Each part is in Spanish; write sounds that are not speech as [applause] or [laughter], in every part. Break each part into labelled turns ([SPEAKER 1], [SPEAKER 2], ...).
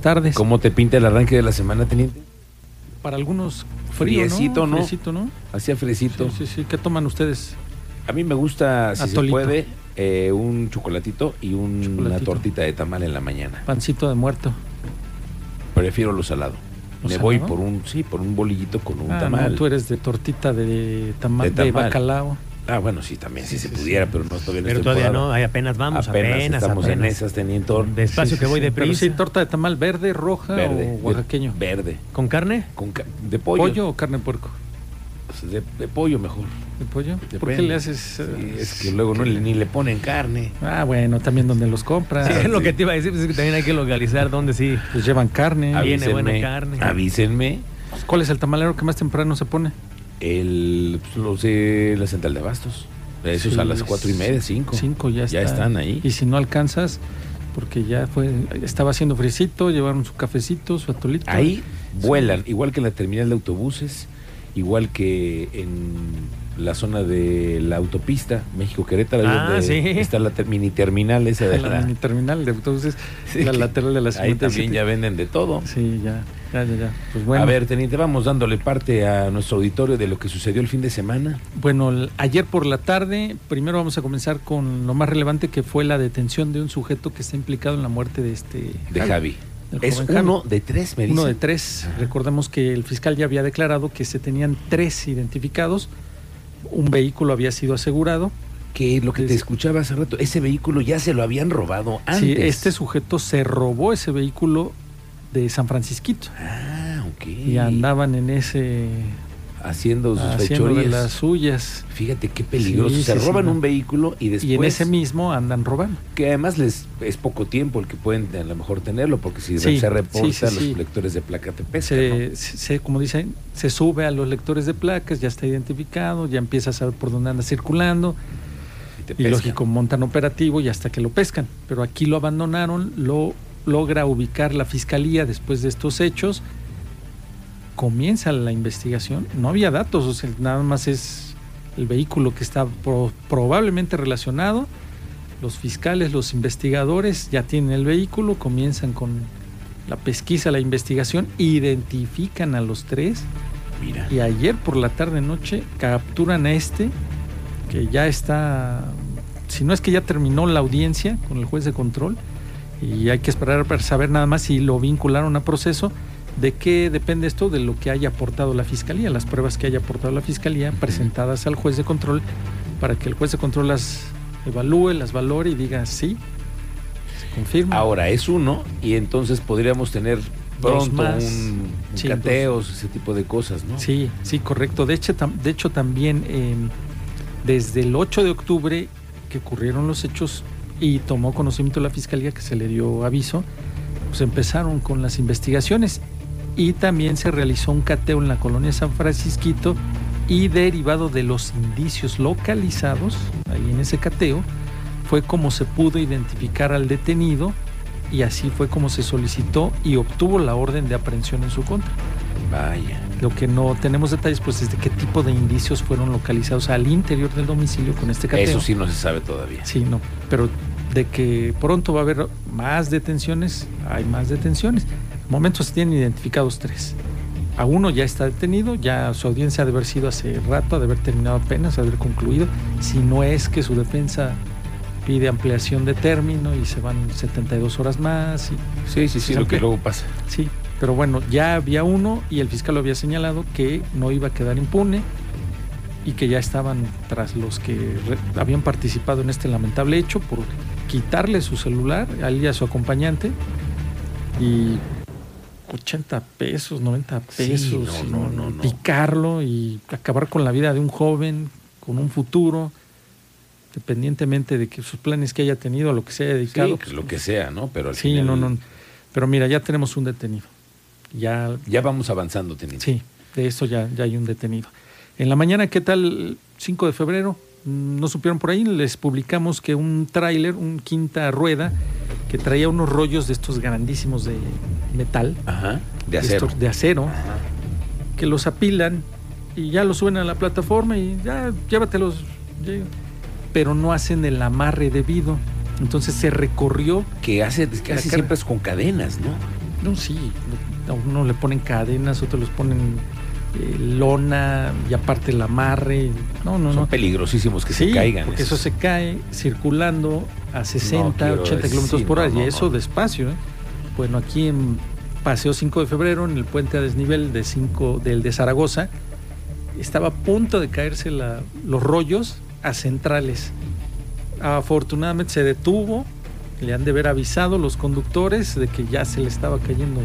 [SPEAKER 1] tardes.
[SPEAKER 2] ¿Cómo te pinta el arranque de la semana, teniente?
[SPEAKER 1] Para algunos frío,
[SPEAKER 2] Friecito, ¿no?
[SPEAKER 1] Friecito, ¿no?
[SPEAKER 2] Hacía fresito.
[SPEAKER 1] Sí, sí, sí. ¿Qué toman ustedes?
[SPEAKER 2] A mí me gusta, si
[SPEAKER 1] Atolito.
[SPEAKER 2] se puede, eh, un chocolatito y un- una
[SPEAKER 1] Chocolatito.
[SPEAKER 2] tortita de tamal en la mañana.
[SPEAKER 1] Pancito de muerto.
[SPEAKER 2] Prefiero lo salado.
[SPEAKER 1] ¿Lo
[SPEAKER 2] me voy
[SPEAKER 1] salado?
[SPEAKER 2] por un, sí, por un bolillito con un
[SPEAKER 1] Ah,
[SPEAKER 2] tamal.
[SPEAKER 1] no, tú eres de tortita de, tama-
[SPEAKER 2] De
[SPEAKER 1] de,
[SPEAKER 2] tamal.
[SPEAKER 1] bacalao.
[SPEAKER 2] Ah, bueno, sí, también, si
[SPEAKER 1] Sí,
[SPEAKER 2] se
[SPEAKER 1] sí,
[SPEAKER 2] pudiera, pero no todavía no
[SPEAKER 3] Pero
[SPEAKER 2] es
[SPEAKER 3] todavía
[SPEAKER 2] temporada.
[SPEAKER 3] no, ahí apenas vamos,
[SPEAKER 2] apenas,
[SPEAKER 3] apenas.
[SPEAKER 2] estamos en
[SPEAKER 3] apenas.
[SPEAKER 2] esas, teniente. Or-
[SPEAKER 3] Despacio que voy
[SPEAKER 1] Pero
[SPEAKER 3] deprisa.
[SPEAKER 1] sí, torta de tamal verde, roja
[SPEAKER 2] Verde.
[SPEAKER 1] o Oh, oaxaqueño.
[SPEAKER 2] Verde.
[SPEAKER 3] ¿Con carne?
[SPEAKER 2] Con ca- de pollo.
[SPEAKER 1] ¿Pollo? o carne de puerco?
[SPEAKER 2] De, de pollo mejor.
[SPEAKER 1] ¿De pollo? ¿Por
[SPEAKER 2] Depende.
[SPEAKER 1] qué le haces? eh,
[SPEAKER 2] Sí, es que luego no, le- ni le ponen carne.
[SPEAKER 1] Ah, bueno, también donde los compras.
[SPEAKER 3] Sí, es lo
[SPEAKER 2] sí.
[SPEAKER 3] que te iba a decir, pues, es que también hay que localizar dónde sí.
[SPEAKER 1] Pues llevan carne.
[SPEAKER 3] Ah, bien. Viene buena
[SPEAKER 2] Avísenme,
[SPEAKER 3] carne.
[SPEAKER 2] Avísenme.
[SPEAKER 1] ¿Cuál es el tamalero que más temprano se pone?
[SPEAKER 2] El, pues, los de la central de Bastos. Esos
[SPEAKER 1] Sí,
[SPEAKER 2] a las cuatro y media, cinco.
[SPEAKER 1] Cinco ya,
[SPEAKER 2] Ya
[SPEAKER 1] está.
[SPEAKER 2] están ahí.
[SPEAKER 1] Y si no alcanzas, porque ya fue, estaba haciendo fresito, llevaron su cafecito, su atolito.
[SPEAKER 2] Ahí vuelan, igual que en la terminal de autobuses, igual que en la zona de la autopista México-Querétaro, ahí
[SPEAKER 3] Ah,
[SPEAKER 2] donde
[SPEAKER 3] sí.
[SPEAKER 2] está la ter- mini terminal esa de
[SPEAKER 1] En
[SPEAKER 2] la...
[SPEAKER 1] la mini terminal de autobuses,
[SPEAKER 2] Sí.
[SPEAKER 1] la lateral de la
[SPEAKER 2] Ahí
[SPEAKER 1] 57.
[SPEAKER 2] también ya venden de todo.
[SPEAKER 1] Sí, ya, ya, ya, ya. Pues bueno,
[SPEAKER 2] A ver, Teniente, vamos dándole parte a nuestro auditorio de lo que sucedió el fin de semana.
[SPEAKER 1] bueno, el- ayer por la tarde, primero vamos a comenzar con lo más relevante que fue la detención de un sujeto que está implicado en la muerte de este
[SPEAKER 2] de Javi.
[SPEAKER 1] del
[SPEAKER 2] Es
[SPEAKER 1] joven Javi.
[SPEAKER 2] uno de tres, me
[SPEAKER 1] Uno de
[SPEAKER 2] dicen.
[SPEAKER 1] tres.
[SPEAKER 2] Ajá.
[SPEAKER 1] Recordemos que el fiscal ya había declarado que se tenían tres identificados. Un vehículo había sido asegurado.
[SPEAKER 2] Que lo que te
[SPEAKER 1] Es-
[SPEAKER 2] escuchaba hace rato, ese vehículo ya se lo habían robado antes.
[SPEAKER 1] Sí, este sujeto se robó ese vehículo de San Francisquito
[SPEAKER 2] Ah, ok.
[SPEAKER 1] y andaban en ese
[SPEAKER 2] Haciendo sus
[SPEAKER 1] haciendo de
[SPEAKER 2] fechorías.
[SPEAKER 1] las suyas.
[SPEAKER 2] Fíjate qué peligroso.
[SPEAKER 1] Sí,
[SPEAKER 2] se
[SPEAKER 1] sí, sí,
[SPEAKER 2] roban
[SPEAKER 1] no.
[SPEAKER 2] un vehículo y después.
[SPEAKER 1] Y en ese mismo andan robando.
[SPEAKER 2] Que además les es poco tiempo el que pueden a lo mejor tenerlo, porque si
[SPEAKER 1] Sí,
[SPEAKER 2] se reporta,
[SPEAKER 1] sí, sí, sí.
[SPEAKER 2] los lectores de placa te pesan.
[SPEAKER 1] Se, se- se- como dicen, se sube a los lectores de placas, ya está identificado, ya empieza a saber por dónde anda circulando.
[SPEAKER 2] ¿no? Y, te
[SPEAKER 1] Y
[SPEAKER 2] pescan.
[SPEAKER 1] lógico, montan operativo y hasta que lo pescan. Pero aquí lo abandonaron, lo logra ubicar la fiscalía después de estos hechos. Comienza la investigación. No había datos, o sea, nada más es el vehículo que está pro- probablemente relacionado. Los fiscales, los investigadores ya tienen el vehículo, comienzan con la pesquisa, la investigación, identifican a los tres
[SPEAKER 2] Mira.
[SPEAKER 1] y ayer por la tarde noche capturan a este que ya está, si no es que ya terminó la audiencia con el juez de control y hay que esperar para saber nada más si lo vincularon a proceso. ¿De qué depende esto? De lo que haya aportado la fiscalía, las pruebas que haya aportado la fiscalía presentadas al juez de control para que el juez de control las evalúe, las valore y diga sí, se confirma.
[SPEAKER 2] Ahora es uno, y entonces podríamos tener pronto
[SPEAKER 1] más.
[SPEAKER 2] un, un
[SPEAKER 1] Sí,
[SPEAKER 2] cateos, ese tipo de cosas, ¿no?
[SPEAKER 1] Sí, sí, correcto. De hecho, tam- de hecho también eh, desde el 8 de octubre que ocurrieron los hechos y tomó conocimiento la fiscalía que se le dio aviso, pues empezaron con las investigaciones y también se realizó un cateo en la colonia San Francisquito y derivado de los indicios localizados ahí en ese cateo fue como se pudo identificar al detenido y así fue como se solicitó y obtuvo la orden de aprehensión en su contra.
[SPEAKER 2] Vaya.
[SPEAKER 1] Lo que no tenemos detalles, pues, es de qué tipo de indicios fueron localizados al interior del domicilio con este cateo.
[SPEAKER 2] Eso sí no se sabe todavía.
[SPEAKER 1] Sí, no. Pero de que pronto va a haber más detenciones, hay más detenciones. De momento se tienen identificados tres. A uno ya está detenido, ya su audiencia ha de haber sido hace rato, ha de haber terminado apenas, ha de haber concluido. Si no es que su defensa pide ampliación de término y se van 72 horas más y
[SPEAKER 2] Sí, sí, sí,
[SPEAKER 1] Sí,
[SPEAKER 2] lo
[SPEAKER 1] aunque-
[SPEAKER 2] que luego pasa.
[SPEAKER 1] Sí, pero bueno, ya había uno y el fiscal lo había señalado que no iba a quedar impune y que ya estaban tras los que re- habían participado en este lamentable hecho por quitarle su celular a él y a su acompañante y 80 pesos, 90
[SPEAKER 2] Sí,
[SPEAKER 1] pesos,
[SPEAKER 2] no,
[SPEAKER 1] y
[SPEAKER 2] no, no, no.
[SPEAKER 1] picarlo y acabar con la vida de un joven, con un futuro, dependientemente de que sus planes que haya tenido, a lo que se haya
[SPEAKER 2] Sí,
[SPEAKER 1] dedicado.
[SPEAKER 2] pues, lo que sea, ¿no? Pero al
[SPEAKER 1] Sí,
[SPEAKER 2] final-
[SPEAKER 1] no, no. Pero mira, ya tenemos un detenido. Ya,
[SPEAKER 2] Ya vamos avanzando, Teniente.
[SPEAKER 1] sí, de eso ya, ya hay un detenido. En la mañana, ¿qué tal? 5 de febrero, mm, no supieron por ahí, les publicamos que un tráiler, un quinta rueda, que traía unos rollos de estos grandísimos de metal,
[SPEAKER 2] Ajá. De acero.
[SPEAKER 1] estos de acero,
[SPEAKER 2] Ajá.
[SPEAKER 1] que los apilan y ya los suben a la plataforma y ya llévatelos. lle- Pero no hacen el amarre debido. Entonces se recorrió
[SPEAKER 2] Que hace, que
[SPEAKER 1] La
[SPEAKER 2] hace
[SPEAKER 1] cara-
[SPEAKER 2] siempre es con cadenas, ¿no?
[SPEAKER 1] No, sí, a uno le ponen cadenas, otros les ponen eh, lona y aparte el amarre. No, no,
[SPEAKER 2] Son
[SPEAKER 1] no.
[SPEAKER 2] peligrosísimos que
[SPEAKER 1] Sí,
[SPEAKER 2] se caigan.
[SPEAKER 1] Porque eso
[SPEAKER 2] esos.
[SPEAKER 1] se cae circulando a 60,
[SPEAKER 2] quiero
[SPEAKER 1] 80
[SPEAKER 2] decir,
[SPEAKER 1] kilómetros por
[SPEAKER 2] no,
[SPEAKER 1] hora
[SPEAKER 2] no,
[SPEAKER 1] y eso
[SPEAKER 2] no.
[SPEAKER 1] despacio. ¿eh? Bueno, aquí en Paseo 5 de Febrero, en el puente a desnivel de 5 del de Zaragoza, estaba a punto de caerse la- los rollos a centrales. Afortunadamente se detuvo, le han de haber avisado los conductores de que ya se le estaba cayendo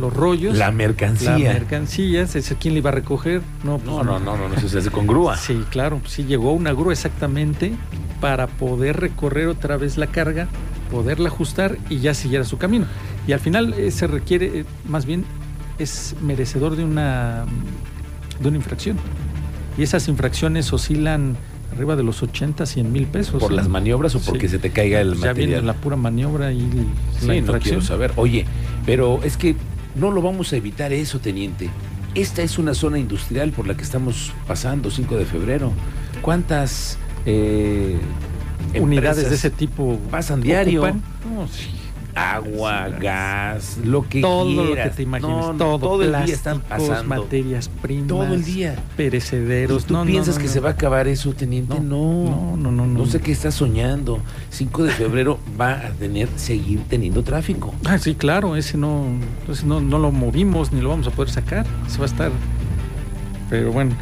[SPEAKER 1] los rollos.
[SPEAKER 2] La mercancía.
[SPEAKER 1] La mercancía, se dice, ¿quién le iba a recoger? No, pues
[SPEAKER 2] No, no, no, no, no, eso se hace con grúa.
[SPEAKER 1] Sí, claro, pues sí llegó una grúa exactamente para poder recorrer otra vez la carga, poderla ajustar y ya siguiera su camino. Y al final eh, se requiere, eh, más bien, es merecedor de una, mm, de una infracción. Y esas infracciones oscilan arriba de los 80, 100 mil pesos.
[SPEAKER 2] ¿Por las maniobras o porque
[SPEAKER 1] Sí. Pues
[SPEAKER 2] se te caiga el
[SPEAKER 1] Ya viene
[SPEAKER 2] material?
[SPEAKER 1] la pura maniobra y la
[SPEAKER 2] Sí, no
[SPEAKER 1] infracción.
[SPEAKER 2] quiero saber. Oye, pero es que no lo vamos a evitar eso, teniente. Esta es una zona industrial por la que estamos pasando, 5 de febrero. ¿Cuántas eh,
[SPEAKER 1] Unidades de
[SPEAKER 2] empresas,
[SPEAKER 1] ese tipo
[SPEAKER 2] pasan diario.
[SPEAKER 1] ocupan? No, sí.
[SPEAKER 2] agua,
[SPEAKER 1] Sí,
[SPEAKER 2] gas, lo que
[SPEAKER 1] todo lo
[SPEAKER 2] quieras.
[SPEAKER 1] que te imagines,
[SPEAKER 2] No, no,
[SPEAKER 1] todo,
[SPEAKER 2] el día
[SPEAKER 1] plásticos,
[SPEAKER 2] están pasando.
[SPEAKER 1] materias primas,
[SPEAKER 2] todo el día. ¿Y
[SPEAKER 1] perecederos.
[SPEAKER 2] ¿Tú
[SPEAKER 1] No, no,
[SPEAKER 2] piensas
[SPEAKER 1] no,
[SPEAKER 2] que
[SPEAKER 1] no.
[SPEAKER 2] se va a acabar eso, teniente?
[SPEAKER 1] No, no, no, no, no.
[SPEAKER 2] No sé qué estás soñando. 5 de febrero va a tener, seguir teniendo tráfico.
[SPEAKER 1] Ah, sí, claro, ese no, ese no, no lo movimos ni lo vamos a poder sacar. Se va a estar. Pero bueno.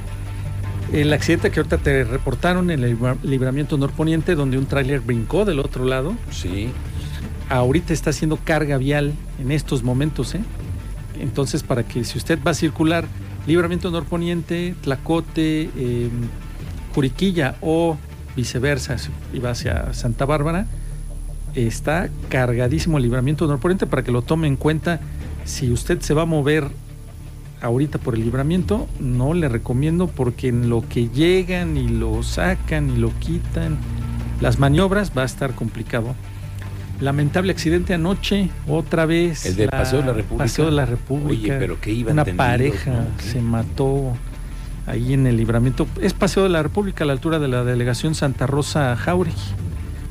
[SPEAKER 1] El accidente que ahorita te reportaron en el libra- libramiento norponiente, donde un tráiler brincó del otro lado,
[SPEAKER 2] Sí.
[SPEAKER 1] ahorita está haciendo carga vial en estos momentos, ¿eh? Entonces, para que si usted va a circular Libramiento Norponiente, Tlacote, eh, Juriquilla o viceversa, si iba hacia Santa Bárbara, está cargadísimo el Libramiento Norponiente para que lo tome en cuenta. Si usted se va a mover ahorita por el libramiento, no le recomiendo porque en lo que llegan y lo sacan y lo quitan, las maniobras va a estar complicado. Lamentable accidente anoche, otra vez.
[SPEAKER 2] El de Paseo de la República.
[SPEAKER 1] Paseo de la República.
[SPEAKER 2] Oye, pero qué iban
[SPEAKER 1] Una
[SPEAKER 2] tendidos,
[SPEAKER 1] pareja
[SPEAKER 2] ¿no?
[SPEAKER 1] se mató ahí en el libramiento. Es Paseo de la República a la altura de la delegación Santa Rosa Jauregui.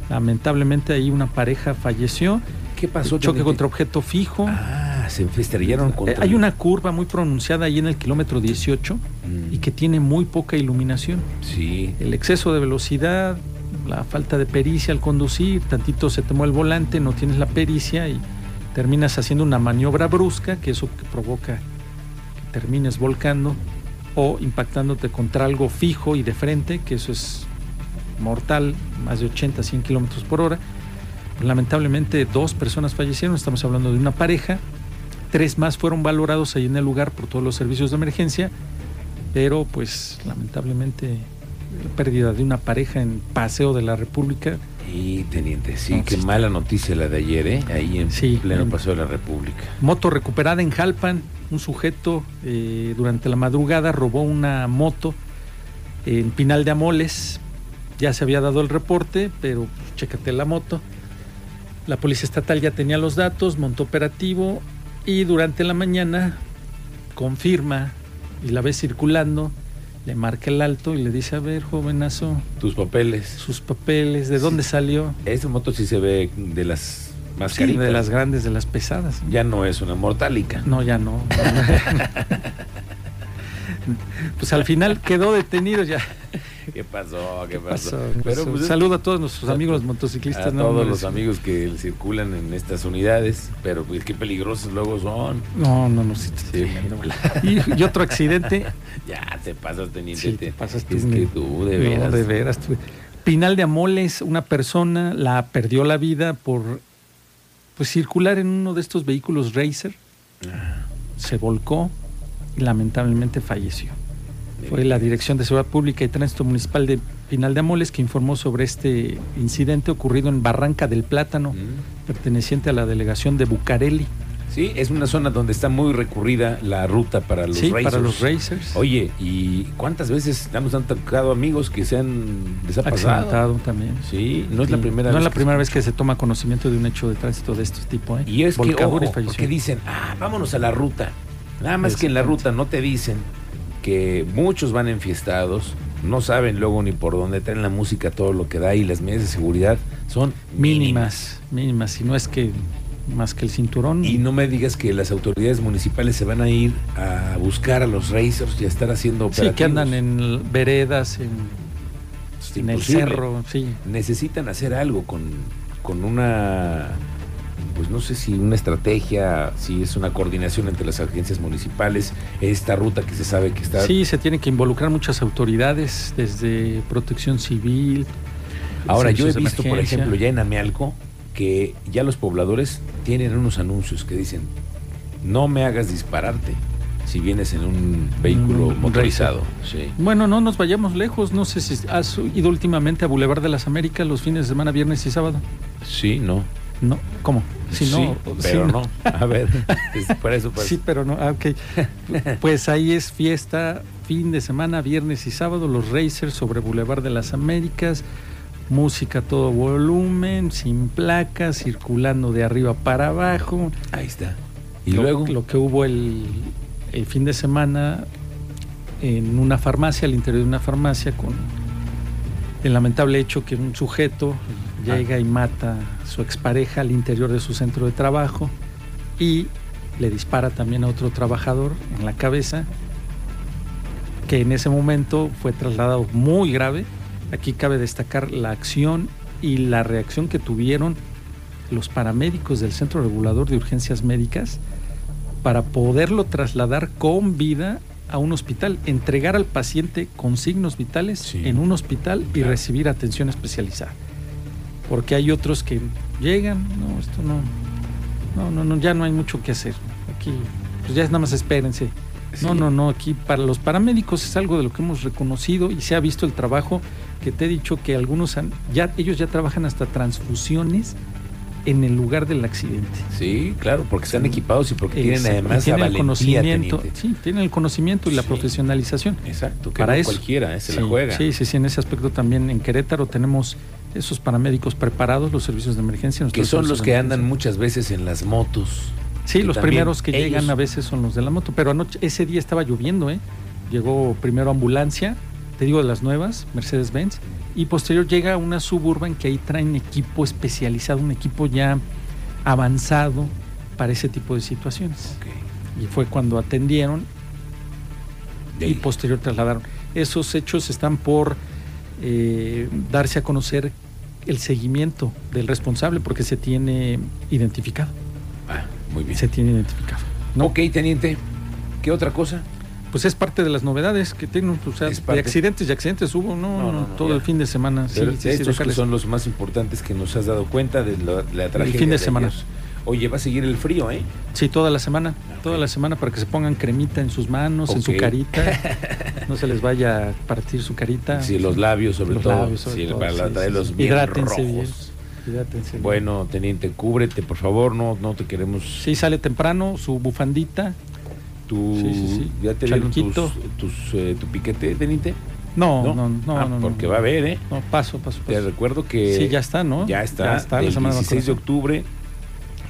[SPEAKER 1] Lamentablemente ahí una pareja falleció.
[SPEAKER 2] ¿Qué pasó?
[SPEAKER 1] choque
[SPEAKER 2] teniente?
[SPEAKER 1] contra objeto fijo.
[SPEAKER 2] Ah, se estrellaron
[SPEAKER 1] Eh,
[SPEAKER 2] contra.
[SPEAKER 1] Hay una curva muy pronunciada ahí en el kilómetro 18
[SPEAKER 2] Mm,
[SPEAKER 1] y que tiene muy poca iluminación.
[SPEAKER 2] Sí.
[SPEAKER 1] El exceso de velocidad, la falta de pericia al conducir, tantito se te mueve el volante, no tienes la pericia y terminas haciendo una maniobra brusca, que eso que provoca que termines volcando o impactándote contra algo fijo y de frente, que eso es mortal, más de 80, 100 kilómetros por hora. Lamentablemente dos personas fallecieron, estamos hablando de una pareja, tres más fueron valorados ahí en el lugar por todos los servicios de emergencia, pero pues lamentablemente la pérdida de una pareja en Paseo de la República,
[SPEAKER 2] Y teniente, sí,
[SPEAKER 1] No,
[SPEAKER 2] qué
[SPEAKER 1] sí.
[SPEAKER 2] mala noticia la de ayer, ¿eh? Ahí en
[SPEAKER 1] Sí.
[SPEAKER 2] pleno paseo de la República.
[SPEAKER 1] moto recuperada en Jalpan, un sujeto eh, durante la madrugada robó una moto en Pinal de Amoles, ya se había dado el reporte, pero pues, chécate la moto. La policía estatal ya tenía los datos, montó operativo y durante la mañana confirma y la ve circulando, le marca el alto y le dice, a ver, jovenazo,
[SPEAKER 2] Tus papeles.
[SPEAKER 1] sus papeles, de dónde salió.
[SPEAKER 2] Esta moto sí se ve de las más
[SPEAKER 1] Sí, de las grandes, de las pesadas.
[SPEAKER 2] Ya no es una mortálica.
[SPEAKER 1] No, ya no. [laughs] pues al final quedó detenido ya.
[SPEAKER 2] [laughs] ¿Qué pasó? ¿Qué, pasó?
[SPEAKER 1] Pasó,
[SPEAKER 2] Pero,
[SPEAKER 1] pasó.
[SPEAKER 2] pues, es-
[SPEAKER 1] Saludo a todos nuestros
[SPEAKER 2] a-
[SPEAKER 1] amigos los motociclistas.
[SPEAKER 2] a
[SPEAKER 1] no,
[SPEAKER 2] todos
[SPEAKER 1] hombre,
[SPEAKER 2] los
[SPEAKER 1] sí.
[SPEAKER 2] amigos que circulan en estas unidades, pero pues qué peligrosos luego son.
[SPEAKER 1] No, no, no. sí,
[SPEAKER 2] Sí,
[SPEAKER 1] tremendo.
[SPEAKER 2] bueno.
[SPEAKER 1] Y, y otro accidente.
[SPEAKER 2] [laughs] Ya te pasas teniente.
[SPEAKER 1] Sí,
[SPEAKER 2] te-
[SPEAKER 1] te pasas
[SPEAKER 2] es
[SPEAKER 1] tú,
[SPEAKER 2] que
[SPEAKER 1] mi-
[SPEAKER 2] tú de
[SPEAKER 1] No,
[SPEAKER 2] veras.
[SPEAKER 1] de veras, tú. Pinal de Amoles, una persona la perdió la vida por pues circular en uno de estos vehículos racer.
[SPEAKER 2] Ah,
[SPEAKER 1] Se volcó y lamentablemente falleció. Fue la Dirección de Seguridad Pública y Tránsito Municipal de Pinal de Amoles que informó sobre este incidente ocurrido en Barranca del Plátano,
[SPEAKER 2] Mm.
[SPEAKER 1] perteneciente a la delegación de Bucareli.
[SPEAKER 2] Sí, es una zona donde está muy recurrida la ruta para los
[SPEAKER 1] sí,
[SPEAKER 2] racers.
[SPEAKER 1] para los racers.
[SPEAKER 2] Oye, ¿y cuántas veces nos han tocado amigos que se han desaparecido?
[SPEAKER 1] accidentado también.
[SPEAKER 2] Sí, no es la
[SPEAKER 1] Sí,
[SPEAKER 2] primera
[SPEAKER 1] no
[SPEAKER 2] vez.
[SPEAKER 1] es la
[SPEAKER 2] que-
[SPEAKER 1] primera vez que se toma conocimiento de un hecho de tránsito de estos tipos. ¿eh?
[SPEAKER 2] Y es que,
[SPEAKER 1] Volcadura y
[SPEAKER 2] ojo,
[SPEAKER 1] falleció.
[SPEAKER 2] porque dicen, ah, vámonos a la ruta. Nada más que en la ruta no te dicen que muchos van enfiestados, no saben luego ni por dónde traen la música, todo lo que da y las medidas de seguridad son mínimas.
[SPEAKER 1] mínimas, mínimas, si no es que más que el cinturón.
[SPEAKER 2] Y no me digas que las autoridades municipales se van a ir a buscar a los racers y a estar haciendo
[SPEAKER 1] sí,
[SPEAKER 2] operativos.
[SPEAKER 1] que andan en l- veredas, en,
[SPEAKER 2] Es
[SPEAKER 1] en el
[SPEAKER 2] imposible.
[SPEAKER 1] cerro, sí.
[SPEAKER 2] Necesitan hacer algo con, con una, pues no sé si una estrategia, si es una coordinación entre las agencias municipales, esta ruta que se sabe que está...
[SPEAKER 1] Sí, se tienen que involucrar muchas autoridades, desde protección civil.
[SPEAKER 2] Ahora, yo he
[SPEAKER 1] servicios de
[SPEAKER 2] visto, por
[SPEAKER 1] emergencia.
[SPEAKER 2] ejemplo, ya en Amealco, que ya los pobladores tienen unos anuncios que dicen, no me hagas dispararte si vienes en un vehículo
[SPEAKER 1] Mm, Un racer.
[SPEAKER 2] motorizado. Sí.
[SPEAKER 1] Bueno, no nos vayamos lejos. No sé si has ido últimamente a Boulevard de las Américas los fines de semana, viernes y sábado.
[SPEAKER 2] Sí, no.
[SPEAKER 1] No, ¿cómo? Si no,
[SPEAKER 2] Sí,
[SPEAKER 1] si
[SPEAKER 2] pero
[SPEAKER 1] no-
[SPEAKER 2] no.
[SPEAKER 1] [laughs]
[SPEAKER 2] A ver, es por eso, pues.
[SPEAKER 1] Sí, pero no. ah, ok.
[SPEAKER 2] [laughs]
[SPEAKER 1] Pues ahí es fiesta, fin de semana, viernes y sábado, los racers sobre Boulevard de las Américas, música a todo volumen, sin placas, circulando de arriba para abajo.
[SPEAKER 2] Ahí está. Y
[SPEAKER 1] Lo-
[SPEAKER 2] luego,
[SPEAKER 1] Lo que hubo el, el fin de semana en una farmacia, al interior de una farmacia, con el lamentable hecho que un sujeto llega
[SPEAKER 2] Ah.
[SPEAKER 1] y mata a su expareja al interior de su centro de trabajo y le dispara también a otro trabajador en la cabeza, que en ese momento fue trasladado muy grave. Aquí cabe destacar la acción y la reacción que tuvieron los paramédicos del Centro Regulador de Urgencias Médicas para poderlo trasladar con vida a un hospital, entregar al paciente con signos vitales
[SPEAKER 2] Sí.
[SPEAKER 1] en un hospital y
[SPEAKER 2] Claro.
[SPEAKER 1] recibir atención especializada. Porque hay otros que llegan, no, esto no, no, no, no, ya no hay mucho que hacer. Aquí, pues ya es nada más espérense. No,
[SPEAKER 2] Sí.
[SPEAKER 1] no, no, aquí para los paramédicos es algo de lo que hemos reconocido y se ha visto el trabajo que te he dicho que algunos han, ya, ellos ya trabajan hasta transfusiones en el lugar del accidente.
[SPEAKER 2] sí, claro, porque están equipados y porque tienen
[SPEAKER 1] Exacto,
[SPEAKER 2] además
[SPEAKER 1] tienen
[SPEAKER 2] la
[SPEAKER 1] el
[SPEAKER 2] valentía.
[SPEAKER 1] conocimiento,
[SPEAKER 2] teniente.
[SPEAKER 1] sí, tienen el conocimiento y la
[SPEAKER 2] Sí.
[SPEAKER 1] profesionalización.
[SPEAKER 2] Exacto, que
[SPEAKER 1] Para
[SPEAKER 2] no
[SPEAKER 1] eso.
[SPEAKER 2] cualquiera eh, se
[SPEAKER 1] sí,
[SPEAKER 2] la juega.
[SPEAKER 1] Sí, sí, sí, en ese aspecto también en Querétaro tenemos esos paramédicos preparados, los servicios de emergencia.
[SPEAKER 2] Que
[SPEAKER 1] nuestros
[SPEAKER 2] son los
[SPEAKER 1] servicios de
[SPEAKER 2] que
[SPEAKER 1] emergencia.
[SPEAKER 2] andan muchas veces en las motos.
[SPEAKER 1] Sí,
[SPEAKER 2] que
[SPEAKER 1] los
[SPEAKER 2] también
[SPEAKER 1] primeros que
[SPEAKER 2] ellos-
[SPEAKER 1] llegan a veces son los de la moto, pero anoche, ese día estaba lloviendo, ¿eh? Llegó primero ambulancia, te digo de las nuevas, Mercedes-Benz, y posterior llega una suburban que ahí traen equipo especializado, un equipo ya avanzado para ese tipo de situaciones.
[SPEAKER 2] Ok.
[SPEAKER 1] Y fue cuando atendieron
[SPEAKER 2] De
[SPEAKER 1] y pues,
[SPEAKER 2] ahí.
[SPEAKER 1] posterior trasladaron. Esos hechos están por eh, darse a conocer el seguimiento del responsable porque se tiene identificado.
[SPEAKER 2] Ah, muy bien.
[SPEAKER 1] Se tiene identificado.
[SPEAKER 2] Ok, teniente. ¿Qué otra cosa?
[SPEAKER 1] Pues es parte de las novedades que tienen, o sea,
[SPEAKER 2] Es parte.
[SPEAKER 1] de accidentes y accidentes hubo, no,
[SPEAKER 2] No, no,
[SPEAKER 1] no,
[SPEAKER 2] no,
[SPEAKER 1] todo
[SPEAKER 2] ya.
[SPEAKER 1] el fin de semana. Sí,
[SPEAKER 2] Pero
[SPEAKER 1] sí, sí,
[SPEAKER 2] estos que
[SPEAKER 1] dejarles.
[SPEAKER 2] son los más importantes que nos has dado cuenta de la, la tragedia.
[SPEAKER 1] fin de semana.
[SPEAKER 2] ayer. Oye, va a seguir el frío, ¿eh?
[SPEAKER 1] Sí, toda la semana,
[SPEAKER 2] Ok.
[SPEAKER 1] toda la semana para que se pongan cremita en sus manos, en su
[SPEAKER 2] Ok. [laughs]
[SPEAKER 1] carita, no se les vaya a partir su carita.
[SPEAKER 2] Sí, los labios sobre
[SPEAKER 1] Ah, Los
[SPEAKER 2] todo.
[SPEAKER 1] labios sobre
[SPEAKER 2] sí,
[SPEAKER 1] todo,
[SPEAKER 2] para
[SPEAKER 1] sí,
[SPEAKER 2] la-
[SPEAKER 1] sí,
[SPEAKER 2] traerlos
[SPEAKER 1] sí.
[SPEAKER 2] bien
[SPEAKER 1] Hidrátense bien.
[SPEAKER 2] rojos.
[SPEAKER 1] Hidrátense bien.
[SPEAKER 2] Bueno, teniente, cúbrete, por favor. No, no te queremos.
[SPEAKER 1] Sí, sale temprano, su bufandita.
[SPEAKER 2] Tu,
[SPEAKER 1] Sí, sí, sí.
[SPEAKER 2] ¿Ya te dieron tus,
[SPEAKER 1] Chalequito.
[SPEAKER 2] tus, eh, tu piquete, teniente?
[SPEAKER 1] No, no, no, no.
[SPEAKER 2] Ah,
[SPEAKER 1] no,
[SPEAKER 2] porque va a haber, ¿eh?
[SPEAKER 1] No, paso, paso,
[SPEAKER 2] Te
[SPEAKER 1] paso.
[SPEAKER 2] recuerdo que
[SPEAKER 1] Sí, ya está, ¿no?
[SPEAKER 2] ya está,
[SPEAKER 1] la
[SPEAKER 2] el
[SPEAKER 1] semana de
[SPEAKER 2] 16 de
[SPEAKER 1] vacunación.
[SPEAKER 2] octubre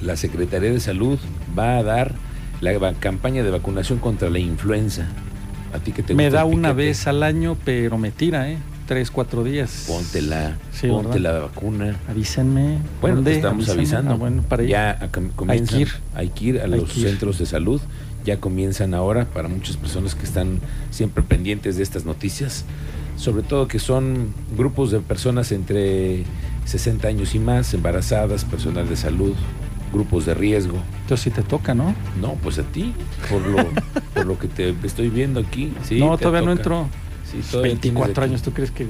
[SPEAKER 2] la Secretaría de Salud va a dar la va- campaña de vacunación contra la influenza. A ti que te
[SPEAKER 1] Me
[SPEAKER 2] gusta
[SPEAKER 1] da
[SPEAKER 2] el
[SPEAKER 1] una
[SPEAKER 2] piquete,
[SPEAKER 1] vez al año, pero me tira, ¿eh? Tres, cuatro días.
[SPEAKER 2] Póntela,
[SPEAKER 1] Sí,
[SPEAKER 2] ponte
[SPEAKER 1] ¿verdad?
[SPEAKER 2] la vacuna.
[SPEAKER 1] Avísenme.
[SPEAKER 2] Bueno,
[SPEAKER 1] ¿dónde?
[SPEAKER 2] te estamos
[SPEAKER 1] Avísenme.
[SPEAKER 2] avisando.
[SPEAKER 1] Ah, bueno, para ir.
[SPEAKER 2] ya a- com- comienzan-
[SPEAKER 1] Hay que ir.
[SPEAKER 2] hay que ir a los
[SPEAKER 1] que ir.
[SPEAKER 2] centros de salud. Ya comienzan ahora para muchas personas que están siempre pendientes de estas noticias. Sobre todo que son grupos de personas entre 60 años y más, embarazadas, personal de salud, grupos de riesgo.
[SPEAKER 1] Entonces sí te toca, ¿no?
[SPEAKER 2] No, pues a ti, por
[SPEAKER 1] [laughs]
[SPEAKER 2] lo, por lo que te estoy viendo aquí. Sí,
[SPEAKER 1] no,
[SPEAKER 2] te
[SPEAKER 1] todavía no
[SPEAKER 2] toca.
[SPEAKER 1] entro.
[SPEAKER 2] Sí, todavía tienes
[SPEAKER 1] 24
[SPEAKER 2] aquí.
[SPEAKER 1] años, ¿tú crees que.?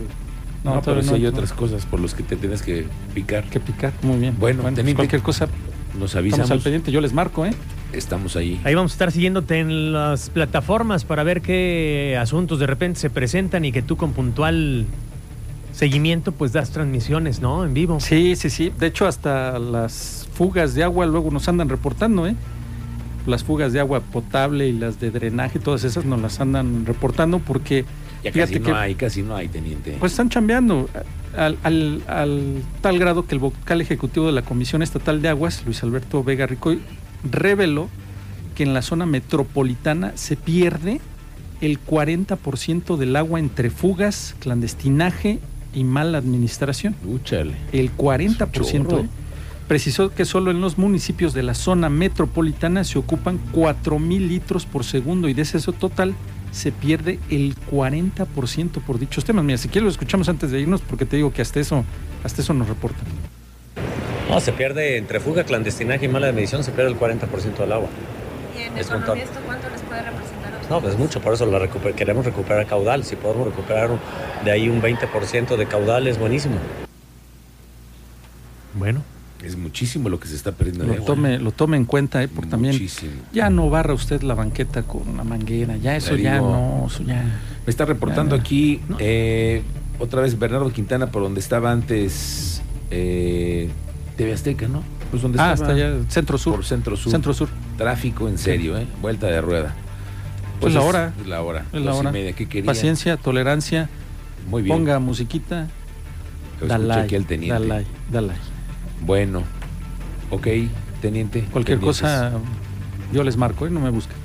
[SPEAKER 2] No, pero sí hay
[SPEAKER 1] entro.
[SPEAKER 2] otras cosas por las que te tienes que picar.
[SPEAKER 1] Que picar, muy bien.
[SPEAKER 2] Bueno,
[SPEAKER 1] pues
[SPEAKER 2] teniente,
[SPEAKER 1] cualquier cosa,
[SPEAKER 2] Nos
[SPEAKER 1] estamos al
[SPEAKER 2] avisamos.
[SPEAKER 1] pendiente, yo les marco, ¿eh?
[SPEAKER 2] Estamos ahí.
[SPEAKER 3] Ahí vamos a estar siguiéndote en las plataformas para ver qué asuntos de repente se presentan y que tú con puntual seguimiento pues das transmisiones, ¿no? En vivo.
[SPEAKER 1] Sí, sí, sí. De hecho, hasta las fugas de agua luego nos andan reportando, ¿eh? Las fugas de agua potable y las de drenaje, todas esas nos las andan reportando porque
[SPEAKER 2] Ya
[SPEAKER 1] Fíjate
[SPEAKER 2] casi no
[SPEAKER 1] que-
[SPEAKER 2] hay, casi no hay, teniente.
[SPEAKER 1] pues están chambeando al, al- al tal grado que el vocal ejecutivo de la Comisión Estatal de Aguas, Luis Alberto Vega Ricoy, reveló que en la zona metropolitana se pierde el 40% del agua entre fugas, clandestinaje y mala administración
[SPEAKER 2] Úchale.
[SPEAKER 1] el 40%.
[SPEAKER 2] Es un chorro.
[SPEAKER 1] ¿eh? Precisó que solo en los municipios de la zona metropolitana se ocupan 4.000 litros por segundo y de ese total se pierde el 40% por dichos temas. Mira, si quieres lo escuchamos antes de irnos porque te digo que hasta eso, hasta eso nos reportan.
[SPEAKER 4] No, se pierde entre fuga, clandestinaje y mala medición, se pierde el 40% del agua.
[SPEAKER 5] ¿Y en
[SPEAKER 4] Es un
[SPEAKER 5] economía
[SPEAKER 4] montón.
[SPEAKER 5] esto cuánto les puede representar a ustedes?
[SPEAKER 4] No, pues mucho, por eso la recuper- queremos recuperar caudal. Si podemos recuperar un- de ahí un 20% de caudal es buenísimo.
[SPEAKER 3] Bueno,
[SPEAKER 2] Es muchísimo lo que se está perdiendo de
[SPEAKER 1] Lo
[SPEAKER 2] agua.
[SPEAKER 1] tome, lo tome en cuenta, eh, porque también
[SPEAKER 2] Muchísimo.
[SPEAKER 1] ya no barra usted la banqueta con una manguera, ya eso
[SPEAKER 2] Le
[SPEAKER 1] ya
[SPEAKER 2] digo-
[SPEAKER 1] no, eso ya.
[SPEAKER 2] Me está reportando
[SPEAKER 1] Ya, ya.
[SPEAKER 2] aquí
[SPEAKER 1] No.
[SPEAKER 2] eh, otra vez Bernardo Quintana por donde estaba antes eh, TV Azteca, ¿no? Pues donde
[SPEAKER 1] Ah,
[SPEAKER 2] estaba
[SPEAKER 1] hasta allá, Centro Sur.
[SPEAKER 2] por Centro Sur.
[SPEAKER 1] Centro Sur.
[SPEAKER 2] Tráfico en serio, ¿eh? Vuelta de rueda.
[SPEAKER 1] Pues la hora.
[SPEAKER 2] Es la hora.
[SPEAKER 1] Es la
[SPEAKER 2] dos y
[SPEAKER 1] hora.
[SPEAKER 2] media, ¿qué quería?
[SPEAKER 1] Paciencia, tolerancia,
[SPEAKER 2] Muy bien.
[SPEAKER 1] ponga musiquita,
[SPEAKER 2] Lo escucho
[SPEAKER 1] dale,
[SPEAKER 2] aquí al teniente.
[SPEAKER 1] dale, dale.
[SPEAKER 2] Bueno. Ok, teniente.
[SPEAKER 1] Cualquier
[SPEAKER 2] pendientes.
[SPEAKER 1] cosa yo les marco, ¿eh? no me busquen.